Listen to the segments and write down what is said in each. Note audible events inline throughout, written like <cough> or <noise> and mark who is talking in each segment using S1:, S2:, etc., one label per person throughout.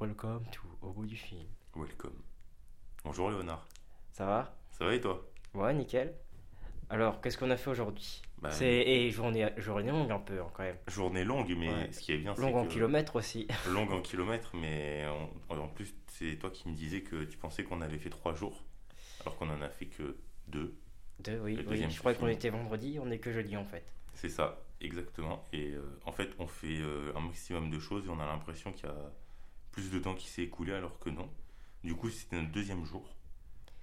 S1: Welcome to Au bout du film.
S2: Welcome. Bonjour Léonard.
S1: Ça va
S2: Ça va et toi
S1: Ouais, nickel. Alors, qu'est-ce qu'on a fait aujourd'hui
S2: Bah,
S1: C'est et journée, journée longue un peu hein, quand même.
S2: Journée longue, mais
S1: Ouais.
S2: ce qui est bien, c'est
S1: Longue en
S2: que-
S1: kilomètres aussi.
S2: <laughs>
S1: <laughs>
S2: longue en kilomètres, mais en, en plus, c'est toi qui me disais que tu pensais qu'on avait fait trois jours, alors qu'on en a fait que deux.
S1: Deux, oui,
S2: Le
S1: oui.
S2: deuxième
S1: Je crois
S2: film.
S1: qu'on était vendredi, on est que jeudi en fait.
S2: C'est ça, exactement. Et euh, en fait, on fait euh, un maximum de choses et on a l'impression qu'il y a plus de temps qui s'est écoulé, alors que non. Du coup, c'était notre deuxième jour.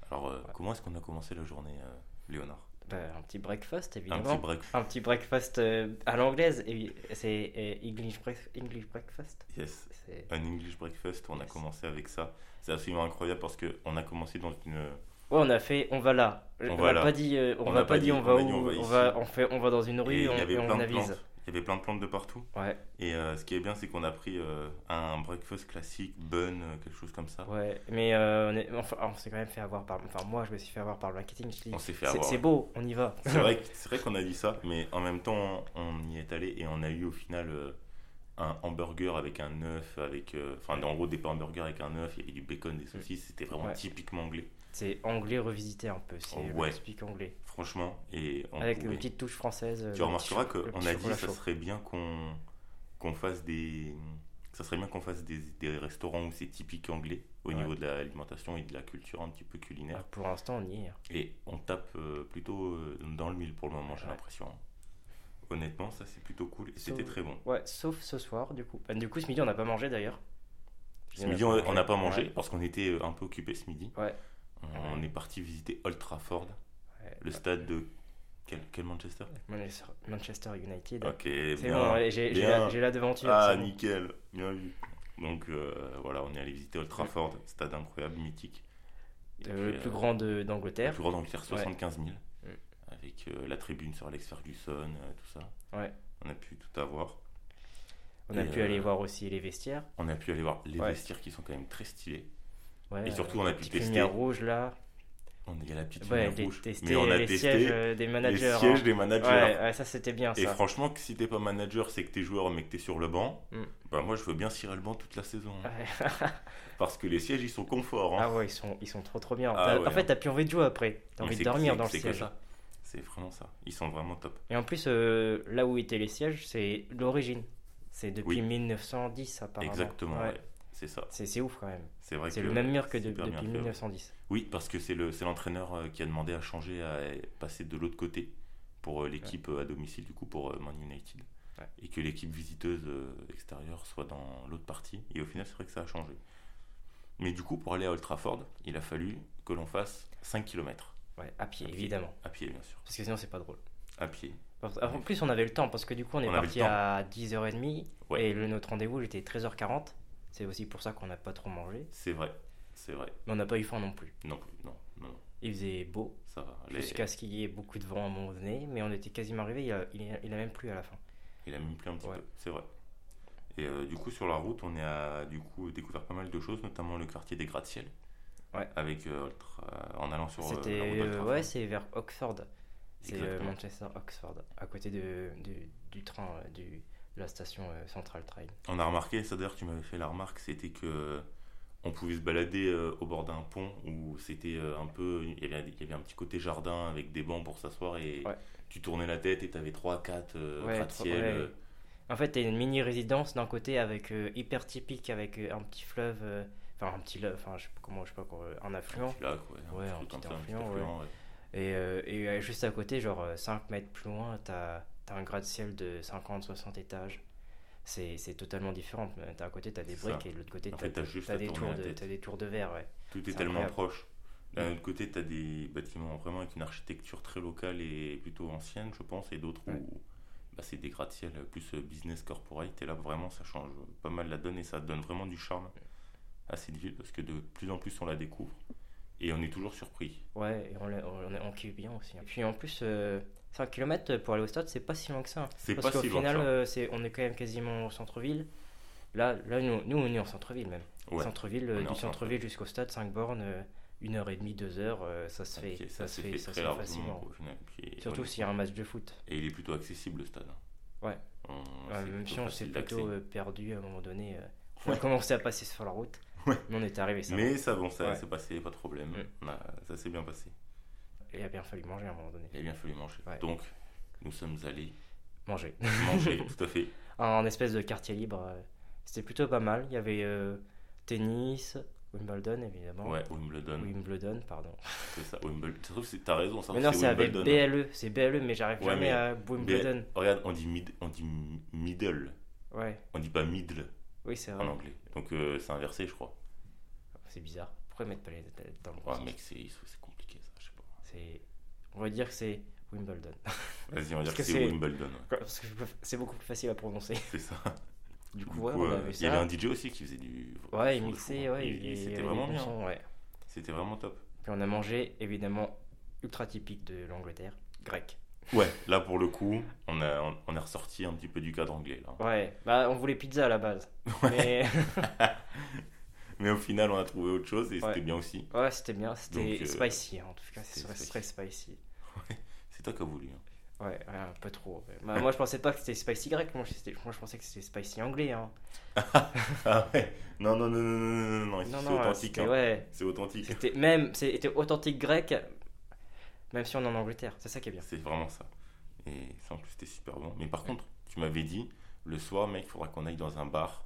S2: Alors, euh, comment est-ce qu'on a commencé la journée, euh, Léonard
S1: Bah, un petit breakfast
S2: Un
S1: évidemment.
S2: petit break.
S1: Un petit breakfast euh, à l'anglaise, et c'est euh, English, break- English breakfast.
S2: Yes,
S1: C'est-
S2: un English breakfast, on a
S1: Yes.
S2: commencé avec ça. C'est absolument incroyable parce qu'on a commencé dans une.
S1: Ouais, on a fait, on va là.
S2: On
S1: on
S2: va
S1: va
S2: là.
S1: pas dit, euh, on,
S2: On
S1: va
S2: a
S1: pas dit, on va
S2: dit,
S1: où,
S2: on va
S1: on
S2: ici.
S1: va, on fait, on va dans une
S2: et
S1: rue, on,
S2: il y avait
S1: et
S2: plein
S1: on
S2: de
S1: avise.
S2: plantes. Il y avait plein de plantes de partout.
S1: Ouais,
S2: Et euh, ce qui est bien, c'est qu'on a pris euh, un breakfast classique, bun, euh, quelque chose comme ça.
S1: ouais. Mais euh, on est- enfin, on s'est quand même fait avoir par. Enfin, moi, je me suis fait avoir par le marketing. Je dis,
S2: On s'est fait
S1: c'est
S2: avoir.
S1: c'est beau, on y va.
S2: <laughs> C'est vrai, que- c'est vrai qu'on a dit ça, mais en même temps, on y est allé et on a eu au final euh, un hamburger avec un œuf, avec, euh, enfin en gros des hamburgers avec un œuf, il y avait du bacon, des saucisses, c'était vraiment
S1: Ouais.
S2: typiquement anglais,
S1: C'est anglais revisité un peu, c'est
S2: Ouais.
S1: le speak anglais.
S2: franchement. Et on
S1: Avec
S2: pouvait-
S1: une petite touche française.
S2: Tu
S1: le
S2: remarqueras
S1: petit- le
S2: qu'on
S1: petit
S2: a dit
S1: chocolat
S2: ça
S1: chaud.
S2: serait bien qu'on qu'on fasse des ça serait bien qu'on fasse des, des restaurants où c'est typique anglais au
S1: Ouais.
S2: niveau de l'alimentation et de la culture un petit peu
S1: Ah,
S2: culinaire.
S1: Pour l'instant, on y est.
S2: Et on tape euh, plutôt euh, dans le mille pour le moment, j'ai
S1: Ouais.
S2: l'impression. Honnêtement, ça c'est plutôt cool et
S1: Sauf-
S2: c'était très bon.
S1: Ouais, sauf ce soir, du coup. Bah, du coup, ce midi, on n'a pas mangé d'ailleurs.
S2: Ce midi, on on n'a pas
S1: Ouais.
S2: mangé parce qu'on était euh, un peu occupé ce midi.
S1: Ouais.
S2: On est parti visiter Old Trafford,
S1: Ouais.
S2: le stade de quel, quel Manchester
S1: Manchester- Manchester United.
S2: Ok,
S1: C'est
S2: bien.
S1: bon, ouais, j'ai j'ai
S2: bien.
S1: la, j'ai la devanture.
S2: Ah,
S1: c'est bon.
S2: nickel, bien vu. Donc euh, voilà, on est allé visiter Old Trafford, stade incroyable, mythique. Et
S1: Euh,
S2: puis,
S1: le plus
S2: euh,
S1: grand de-
S2: le
S1: d'Angleterre.
S2: plus grand d'Angleterre, 75 000.
S1: Mm.
S2: Avec euh, la tribune sur Alex Ferguson, euh, tout ça.
S1: Ouais.
S2: On a pu tout avoir.
S1: On a
S2: et,
S1: pu
S2: euh,
S1: aller voir aussi les vestiaires.
S2: On a pu aller voir les
S1: Ouais.
S2: vestiaires qui sont quand même très stylés.
S1: Ouais,
S2: et surtout, on a pu
S1: petite
S2: tester.
S1: lumière rouge là.
S2: On il y a la petite
S1: Ouais,
S2: lumière
S1: des-
S2: rouge.
S1: tester
S2: Mais on a
S1: les
S2: testé
S1: sièges euh, des
S2: les
S1: managers.
S2: sièges
S1: hein.
S2: des managers.
S1: Ouais, ouais, ça c'était bien
S2: Et
S1: ça.
S2: franchement, que si t'es pas manager, c'est que t'es joueur, mais que t'es sur le banc,
S1: Mm. Ah.
S2: bah moi je veux bien cirer le banc toute la saison. hein.
S1: Ouais.
S2: Parce que les sièges, ils sont confort. hein.
S1: Ah ouais, ils sont, ils sont trop trop bien.
S2: Ah
S1: T'as-
S2: ouais,
S1: en fait,
S2: hein.
S1: t'as plus envie de jouer après. T'as
S2: Mais
S1: envie de
S2: c'est-
S1: dormir
S2: c'est-
S1: dans le
S2: c'est que
S1: siège.
S2: ça. C'est vraiment ça. Ils sont vraiment top.
S1: Et en plus, euh, là où étaient les sièges, c'est l'origine. C'est depuis
S2: Oui.
S1: 1910 apparemment.
S2: Exactement.
S1: Ouais.
S2: ouais. C'est ça.
S1: C'est c'est ouf quand même.
S2: C'est vrai
S1: C'est
S2: que
S1: le même mur que
S2: c'est
S1: de-
S2: hyper bien
S1: depuis
S2: fait, ouais.
S1: 1910.
S2: Oui, parce que c'est le c'est l'entraîneur euh, qui a demandé à changer, à euh, passer de l'autre côté pour euh, l'équipe euh, à domicile du coup pour euh, Man United.
S1: Ouais.
S2: Et que l'équipe visiteuse euh, extérieure soit dans l'autre partie. Et au final, c'est vrai que ça a changé. Mais du coup, pour aller à Old Trafford, il a fallu que l'on fasse 5 km.
S1: Ouais, à pied
S2: Ok.
S1: évidemment.
S2: À pied, bien sûr.
S1: Parce que sinon, c'est pas drôle.
S2: À pied.
S1: Parce- En plus, on avait le temps parce que du coup, on est
S2: On avait
S1: parti
S2: le temps.
S1: à 10h30
S2: Ouais.
S1: et le, notre rendez-vous il était 13h40. C'est aussi pour ça qu'on n'a pas trop mangé.
S2: C'est vrai. C'est vrai.
S1: Mais on n'a pas eu faim non plus.
S2: Non plus. Non. Non. non,
S1: Il faisait beau,
S2: Ça va. Les-
S1: jusqu'à ce qu'il y ait beaucoup de vent à un moment donné, mais on était quasiment arrivé. Il a, il a- il a même plu à la fin.
S2: Il a même plu un petit
S1: Ouais.
S2: peu, c'est vrai. Et euh, du coup, sur la route, on a du coup découvert pas mal de choses, notamment le quartier des gratte-ciel.
S1: Ouais.
S2: Avec euh, Old Tra- en allant sur euh,
S1: C'était
S2: la route d'Old
S1: euh,
S2: Trafford.
S1: ouais, c'est vers Oxford. C'est euh,
S2: Exactement.
S1: Manchester Oxford, à côté de, du- du train euh, du, de la station euh, Central Train.
S2: On a remarqué, ça d'ailleurs, tu m'avais fait la remarque, c'était que euh, on pouvait se balader euh, au bord d'un pont où c'était euh, un peu. Il y, avait, il y avait un petit côté jardin avec des bancs pour s'asseoir et
S1: Ouais.
S2: tu tournais la tête et t'avais 3-4
S1: Ouais,
S2: gratte-ciel.
S1: trois- ouais.
S2: euh,
S1: En fait, t'as une mini résidence d'un côté avec euh, hyper typique avec euh, un petit fleuve, euh, enfin un petit fleuve, enfin je sais pas comment, je sais pas quoi, euh, un
S2: un
S1: affluent.
S2: petit lac, ouais, un
S1: Ouais,
S2: petit
S1: un
S2: truc
S1: petit
S2: comme ça, un petit
S1: affluent, ouais.
S2: affluent, ouais.
S1: Et, euh, et, euh, juste à côté, genre 5 mètres plus loin, t'as as un gratte-ciel de 50-60 étages. C'est c'est totalement différent. T'as- À côté, t'as des
S2: C'est
S1: briques
S2: ça.
S1: et de l'autre côté,
S2: En
S1: t'as
S2: fait, t'as juste
S1: t'as
S2: à
S1: des,
S2: tourner
S1: tours
S2: la
S1: de-
S2: tête.
S1: t'as des tours de verre. Ouais.
S2: Tout est,
S1: C'est
S2: tellement
S1: incroyable.
S2: proche. D'un
S1: Mm.
S2: autre côté, tu as des bâtiments vraiment avec une architecture très locale et plutôt ancienne, je pense, et d'autres
S1: Ouais.
S2: où bah, c'est des gratte-ciel plus euh, business corporate. Et là, vraiment, ça change pas mal la donne et ça donne vraiment du charme à cette ville parce que de plus en plus, on la découvre et on est toujours surpris.
S1: Ouais, et on, l'a- on, on kiffe bien aussi. Et puis en plus, 5 km pour aller au stade, c'est pas si loin que ça. hein.
S2: C'est
S1: Parce
S2: pas
S1: qu'au
S2: si loin que
S1: final,
S2: ça.
S1: euh, c'est- on est quand même quasiment au centre-ville. Là, là nous, nous, on est en centre-ville même.
S2: Ouais.
S1: Centre-ville,
S2: on
S1: euh,
S2: est en
S1: du centre-ville jusqu'au stade, 5 bornes, euh, 1h30, 2h, euh, ça se fait,
S2: Ok,
S1: ça se fait, ça
S2: très
S1: se fait
S2: largement,
S1: facilement.
S2: au final. Puis,
S1: Surtout
S2: on-
S1: s'il y a un match de foot.
S2: Et il est plutôt accessible, le stade. hein.
S1: Ouais.
S2: On-
S1: Ouais,
S2: c'est
S1: même si
S2: plutôt
S1: on s'est
S2: facile
S1: plutôt
S2: d'accès.
S1: euh, perdu à un moment donné. euh, On a commencé à passer sur la route.
S2: Ouais.
S1: Mais on est arrivé, euh, ça.
S2: Mais ça, bon, ça
S1: Ouais.
S2: s'est passé, pas de problème.
S1: Mm.
S2: On a- ça s'est bien passé.
S1: va. Il a bien fallu manger à un moment donné.
S2: Il a bien fallu manger.
S1: Ouais.
S2: Donc, nous sommes allés
S1: Manger. <laughs>
S2: manger, tout à fait.
S1: un espèce de quartier libre. euh, C'était plutôt pas mal. Il y avait euh, tennis, Wimbledon évidemment.
S2: Ouais, Wimbledon,
S1: Wimbledon, pardon.
S2: c'est ça. Wimbledon. Ça se trouve, c'est- T'as raison, ça se
S1: mais non,
S2: trouve,
S1: c'est avec
S2: Wimbledon. hein.
S1: BLE. C'est BLE, mais j'arrive
S2: Ouais,
S1: jamais
S2: mais E.
S1: à Wimbledon.
S2: Regarde, on dit, mid- on dit mi- middle,
S1: Ouais,
S2: on dit pas middle
S1: oui, c'est vrai.
S2: en anglais. Donc, euh, c'est inversé, je crois.
S1: C'est bizarre. Pourquoi mettre pas les détails dans le bon
S2: Ouais,
S1: sens
S2: mec, c'est c'est compliqué ça, je sais pas.
S1: C'est- On va dire que c'est Wimbledon.
S2: Vas-y, on va dire
S1: Parce
S2: que
S1: que
S2: c'est
S1: c'est-
S2: Wimbledon, ouais.
S1: <laughs> Parce que je peux- c'est beaucoup plus facile à prononcer.
S2: c'est ça.
S1: Du coup,
S2: <laughs> Du
S1: ouais,
S2: coup,
S1: on
S2: euh,
S1: a vu
S2: il y avait
S1: ça.
S2: un DJ aussi qui faisait du.
S1: Ouais,
S2: du
S1: il
S2: fou,
S1: mixait,
S2: hein.
S1: ouais.
S2: Et- et
S1: il- il y
S2: C'était
S1: avait des
S2: vraiment
S1: bons
S2: bien.
S1: sons, ouais.
S2: C'était vraiment top.
S1: Puis on a mangé, évidemment, ultra typique de l'Angleterre, grec.
S2: Ouais, là pour le coup, on a, on, on est ressorti un petit peu du cadre anglais là.
S1: Ouais, bah on voulait pizza à la base.
S2: <laughs>
S1: Mais
S2: Mais au final, on a trouvé autre chose et
S1: Ouais.
S2: c'était bien aussi.
S1: ouais, c'était bien, c'était
S2: Donc, euh,
S1: spicy hein, en tout cas, c'est
S2: c'était
S1: très, très spicy.
S2: C'est toi qui as voulu. hein.
S1: Ouais, ouais, un peu trop. ouais. Bah, moi je pensais pas que c'était spicy grec, moi, c'était- moi, je pensais que c'était spicy anglais. Hein.
S2: Ah ouais Non, non, non, non, non, non, non, ici,
S1: Non,
S2: c'est
S1: non,
S2: authentique.
S1: c'était-
S2: hein. <laughs>
S1: ouais,
S2: C'est authentique.
S1: c'était même, c'était authentique grec, même si on est en Angleterre, c'est ça qui est bien.
S2: C'est vraiment ça. Et ça en plus, c'était super bon. Mais par contre, tu m'avais dit, le soir, mec, il faudra qu'on aille dans un bar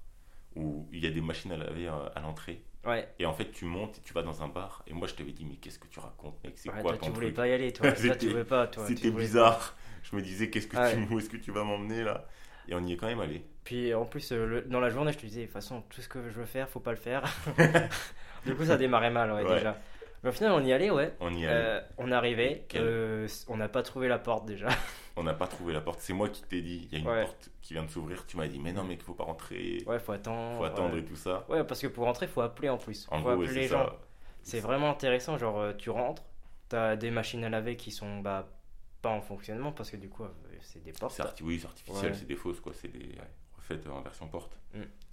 S2: où il y a des machines à laver euh, à l'entrée.
S1: Ouais,
S2: Et en fait, tu montes et tu vas dans un bar. Et moi, je t'avais dit, mais qu'est-ce que tu racontes, mec C'est
S1: ouais,
S2: quoi
S1: toi
S2: ton
S1: tu voulais
S2: truc
S1: pas y aller,
S2: <laughs>
S1: toi, toi
S2: C'était-
S1: tu voulais pas, toi. tu
S2: C'était
S1: voulais pas.
S2: bizarre. <laughs> Je me disais, qu'est-ce que
S1: Ouais.
S2: tu, où est-ce que tu vas m'emmener là Et on y est quand même allé.
S1: Puis en plus, euh, le- dans la journée, je te disais, de toute façon, tout ce que je veux faire, faut pas le
S2: <laughs>
S1: faire. <laughs> du coup, ça démarrait mal, ouais,
S2: Ouais.
S1: déjà. Mais au final, on y allait, ouais.
S2: On y est allé.
S1: Euh, on arrivait,
S2: Quel-
S1: euh, on n'a pas trouvé la porte déjà.
S2: On n'a pas trouvé la porte. C'est moi qui t'ai dit, il y a une
S1: Ouais.
S2: porte qui vient de s'ouvrir. Tu m'as dit, mais non, mec, il faut pas rentrer.
S1: Ouais, faut attendre.
S2: faut attendre
S1: ouais.
S2: et tout ça.
S1: Ouais, parce que pour rentrer, faut appeler en plus.
S2: En
S1: faut
S2: gros, ouais,
S1: appeler
S2: c'est
S1: les gens.
S2: ça.
S1: C'est vraiment intéressant, genre euh, tu rentres, t'as des machines à laver qui sont bah, pas en fonctionnement parce que du coup, euh, c'est des portes.
S2: C'est arti- oui, c'est artificiel,
S1: Ouais.
S2: c'est des fausses, quoi. C'est des ouais, refaites en version porte.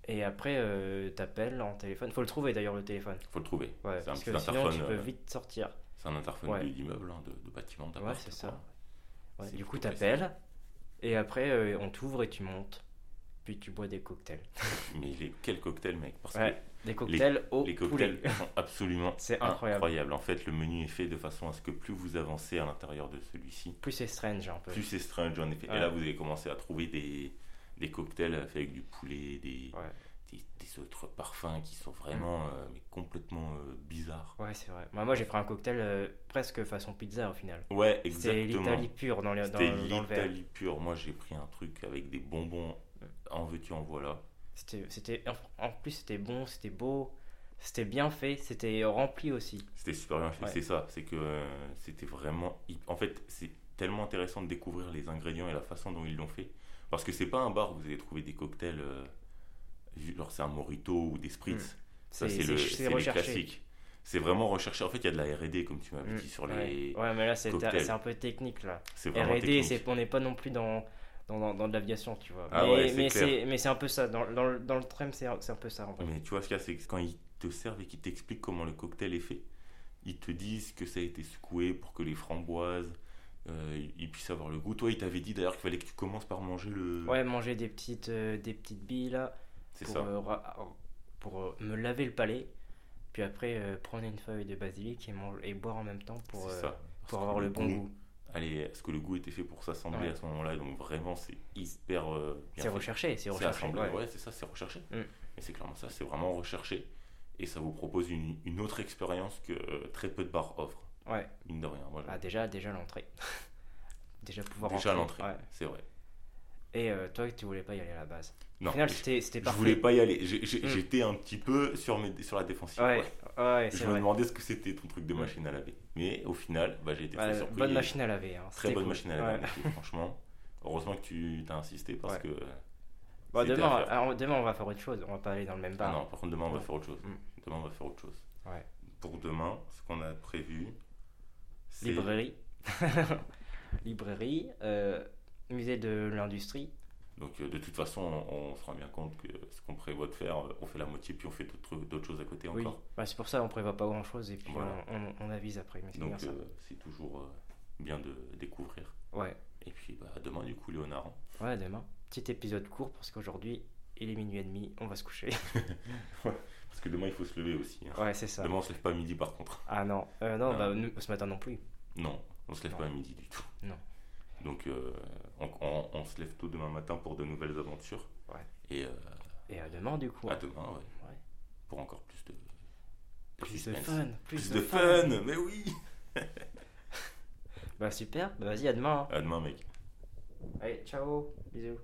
S1: Et après, euh, t'appelles en téléphone. Faut le trouver d'ailleurs le téléphone.
S2: Faut le trouver.
S1: Ouais,
S2: C'est un
S1: parce
S2: petit
S1: que sinon tu
S2: interphone,
S1: peux
S2: euh,
S1: vite sortir.
S2: C'est un interphone
S1: Ouais.
S2: de- d'immeuble, hein, de, de bâtiment,
S1: Ouais,
S2: d'appart,
S1: c'est
S2: quoi.
S1: ça. Ouais,
S2: C'est
S1: du coup,
S2: plutôt
S1: t'appelles et après, euh, on t'ouvre et tu montes. Puis tu bois des cocktails.
S2: Mais les, quel cocktail, mec Parce
S1: Ouais, les cocktails au
S2: que les
S1: poulet.
S2: cocktails
S1: <laughs>
S2: sont absolument
S1: C'est
S2: incroyables.
S1: incroyable.
S2: En fait, le menu est fait de façon à ce que plus vous avancez à l'intérieur de celui-ci,
S1: Plus c'est strange un peu.
S2: plus c'est strange, en effet.
S1: Ouais.
S2: Et là, vous allez commencer à trouver des, des cocktails faits avec du poulet, des,
S1: Ouais.
S2: des, des autres parfums qui sont vraiment euh, mais complètement euh, bizarres.
S1: Ouais, c'est vrai. Bah, Moi, moi, j'ai pris un cocktail euh, presque façon pizza au final.
S2: Ouais,
S1: C'était
S2: exactement.
S1: l'Italie pure dans, les, dans,
S2: C'était
S1: euh, dans le verre.
S2: l'Italie pure. Moi, j'ai pris un truc avec des bonbons en veux-tu, en voilà.
S1: C'était, c'était, en- en plus, c'était bon, c'était beau, c'était bien fait, c'était rempli aussi.
S2: C'était super bien fait.
S1: Ouais.
S2: C'est ça, c'est que euh, c'était vraiment. hip- En fait, c'est tellement intéressant de découvrir les ingrédients et la façon dont ils l'ont fait. Parce que c'est pas un bar où vous allez trouver des cocktails, euh, genre c'est un morito ou des spritz.
S1: Mm.
S2: Ça, c'est le c'est les classiques. C'est vraiment recherché. En fait, il y a de la RD, comme tu m'avais
S1: Mm,
S2: dit, sur
S1: ouais.
S2: les.
S1: Ouais, mais là, c'est,
S2: cocktails.
S1: c'est un peu technique là.
S2: C'est vraiment
S1: R&D,
S2: technique.
S1: c'est, on n'est pas non plus dans, dans, dans, dans de l'aviation, tu vois.
S2: Ah
S1: mais,
S2: ouais, c'est
S1: mais,
S2: clair.
S1: c'est, mais c'est un peu ça. Dans, dans, le- dans le tram, c'est, un- c'est un peu ça en vrai.
S2: Mais tu vois ce qu'il y a, c'est que quand ils te servent et qu'ils t'expliquent comment le cocktail est fait, ils te disent que ça a été secoué pour que les framboises euh, ils puissent avoir le goût. Toi, ils t'avaient dit d'ailleurs qu'il fallait que tu commences par manger le.
S1: Ouais, manger des petites, euh, des petites billes là
S2: Mm. c'est
S1: pour,
S2: ça.
S1: euh, ra- pour euh, me laver le palais. Puis après, euh, prendre une feuille de basilic et, manger, et boire en même temps pour,
S2: c'est
S1: euh,
S2: ça.
S1: pour
S2: Parce
S1: avoir
S2: que
S1: le bon goût.
S2: Allez, est-ce que le goût était fait pour s'assembler
S1: Ouais.
S2: à ce moment-là Donc vraiment, c'est hyper euh,
S1: C'est
S2: bien fait.
S1: recherché, c'est
S2: C'est
S1: recherché.
S2: assemblé,
S1: ouais.
S2: ouais, c'est ça, c'est recherché.
S1: Mm.
S2: Et c'est clairement ça, c'est vraiment recherché. Et ça vous propose une, une autre expérience que euh, très peu de bars offrent,
S1: Ouais.
S2: mine de rien. Moi,
S1: Ah, déjà, déjà
S2: <laughs>
S1: l'entrée. déjà pouvoir
S2: déjà à l'entrée,
S1: rentrer. Ouais.
S2: c'est vrai.
S1: Et euh, toi, tu voulais pas y aller à la base.
S2: Non,
S1: Au final,
S2: je-
S1: c'était c'était
S2: Je
S1: parfait.
S2: voulais pas y aller. J'ai- j'ai-
S1: Mm.
S2: J'étais un petit peu sur, mes, sur la défensive.
S1: Ouais,
S2: ouais.
S1: ouais,
S2: Je
S1: c'est
S2: me
S1: vrai.
S2: demandais ce que c'était ton truc de machine à laver. Mais au final, bah, j'ai été très
S1: Ouais,
S2: surpris.
S1: bonne
S2: Et
S1: machine à laver. hein,
S2: Très
S1: c'était
S2: bonne
S1: cool.
S2: machine à laver,
S1: Ouais.
S2: en effet, franchement. Heureusement que tu t'as insisté parce
S1: Ouais.
S2: que. euh,
S1: Bon,
S2: c'était
S1: demain,
S2: à faire.
S1: alors, demain, on va faire autre chose. On va pas aller dans le même
S2: Ah
S1: bar.
S2: non, par contre, demain, on va
S1: Ouais.
S2: faire autre chose.
S1: Mm.
S2: Demain, on va faire autre chose.
S1: Bah, Ouais.
S2: Pour demain, ce qu'on a prévu. c'est- <laughs>
S1: Librairie. Librairie. euh, musée de l'industrie.
S2: Donc, euh, de toute façon, on, on se rend bien compte que ce qu'on prévoit de faire, euh, on fait la moitié, puis on fait d'autres trucs- d'autres choses à côté
S1: Oui.
S2: encore.
S1: Bah, c'est pour ça, on prévoit pas grand chose et puis
S2: Voilà.
S1: on, on- on avise après. Mais c'est bien
S2: Donc,
S1: ça.
S2: euh, c'est toujours euh, bien de découvrir.
S1: Ouais.
S2: Et puis, bah, demain, du coup, Léonard. hein.
S1: Ouais, demain. Petit épisode court parce qu'aujourd'hui, il est minuit et demi, on va se
S2: <laughs>
S1: coucher.
S2: Parce que demain, il faut se lever aussi. hein.
S1: ouais, c'est ça.
S2: Demain, on se lève pas à midi par contre.
S1: Ah non, Euh, non,
S2: Non.
S1: bah nous, ce matin non plus.
S2: Non, on se lève
S1: Non.
S2: pas à midi du tout.
S1: Non.
S2: Donc, euh, on, on- on se lève tôt demain matin pour de nouvelles aventures.
S1: Ouais.
S2: Et euh,
S1: Et à demain du coup.
S2: à demain, ouais,
S1: Ouais.
S2: pour encore plus de. de
S1: Plus de
S2: suspense.
S1: fun,
S2: Plus, de, fun, mais oui
S1: Bah super, bah vas-y à demain. hein.
S2: À demain, mec.
S1: Allez, ciao, bisous.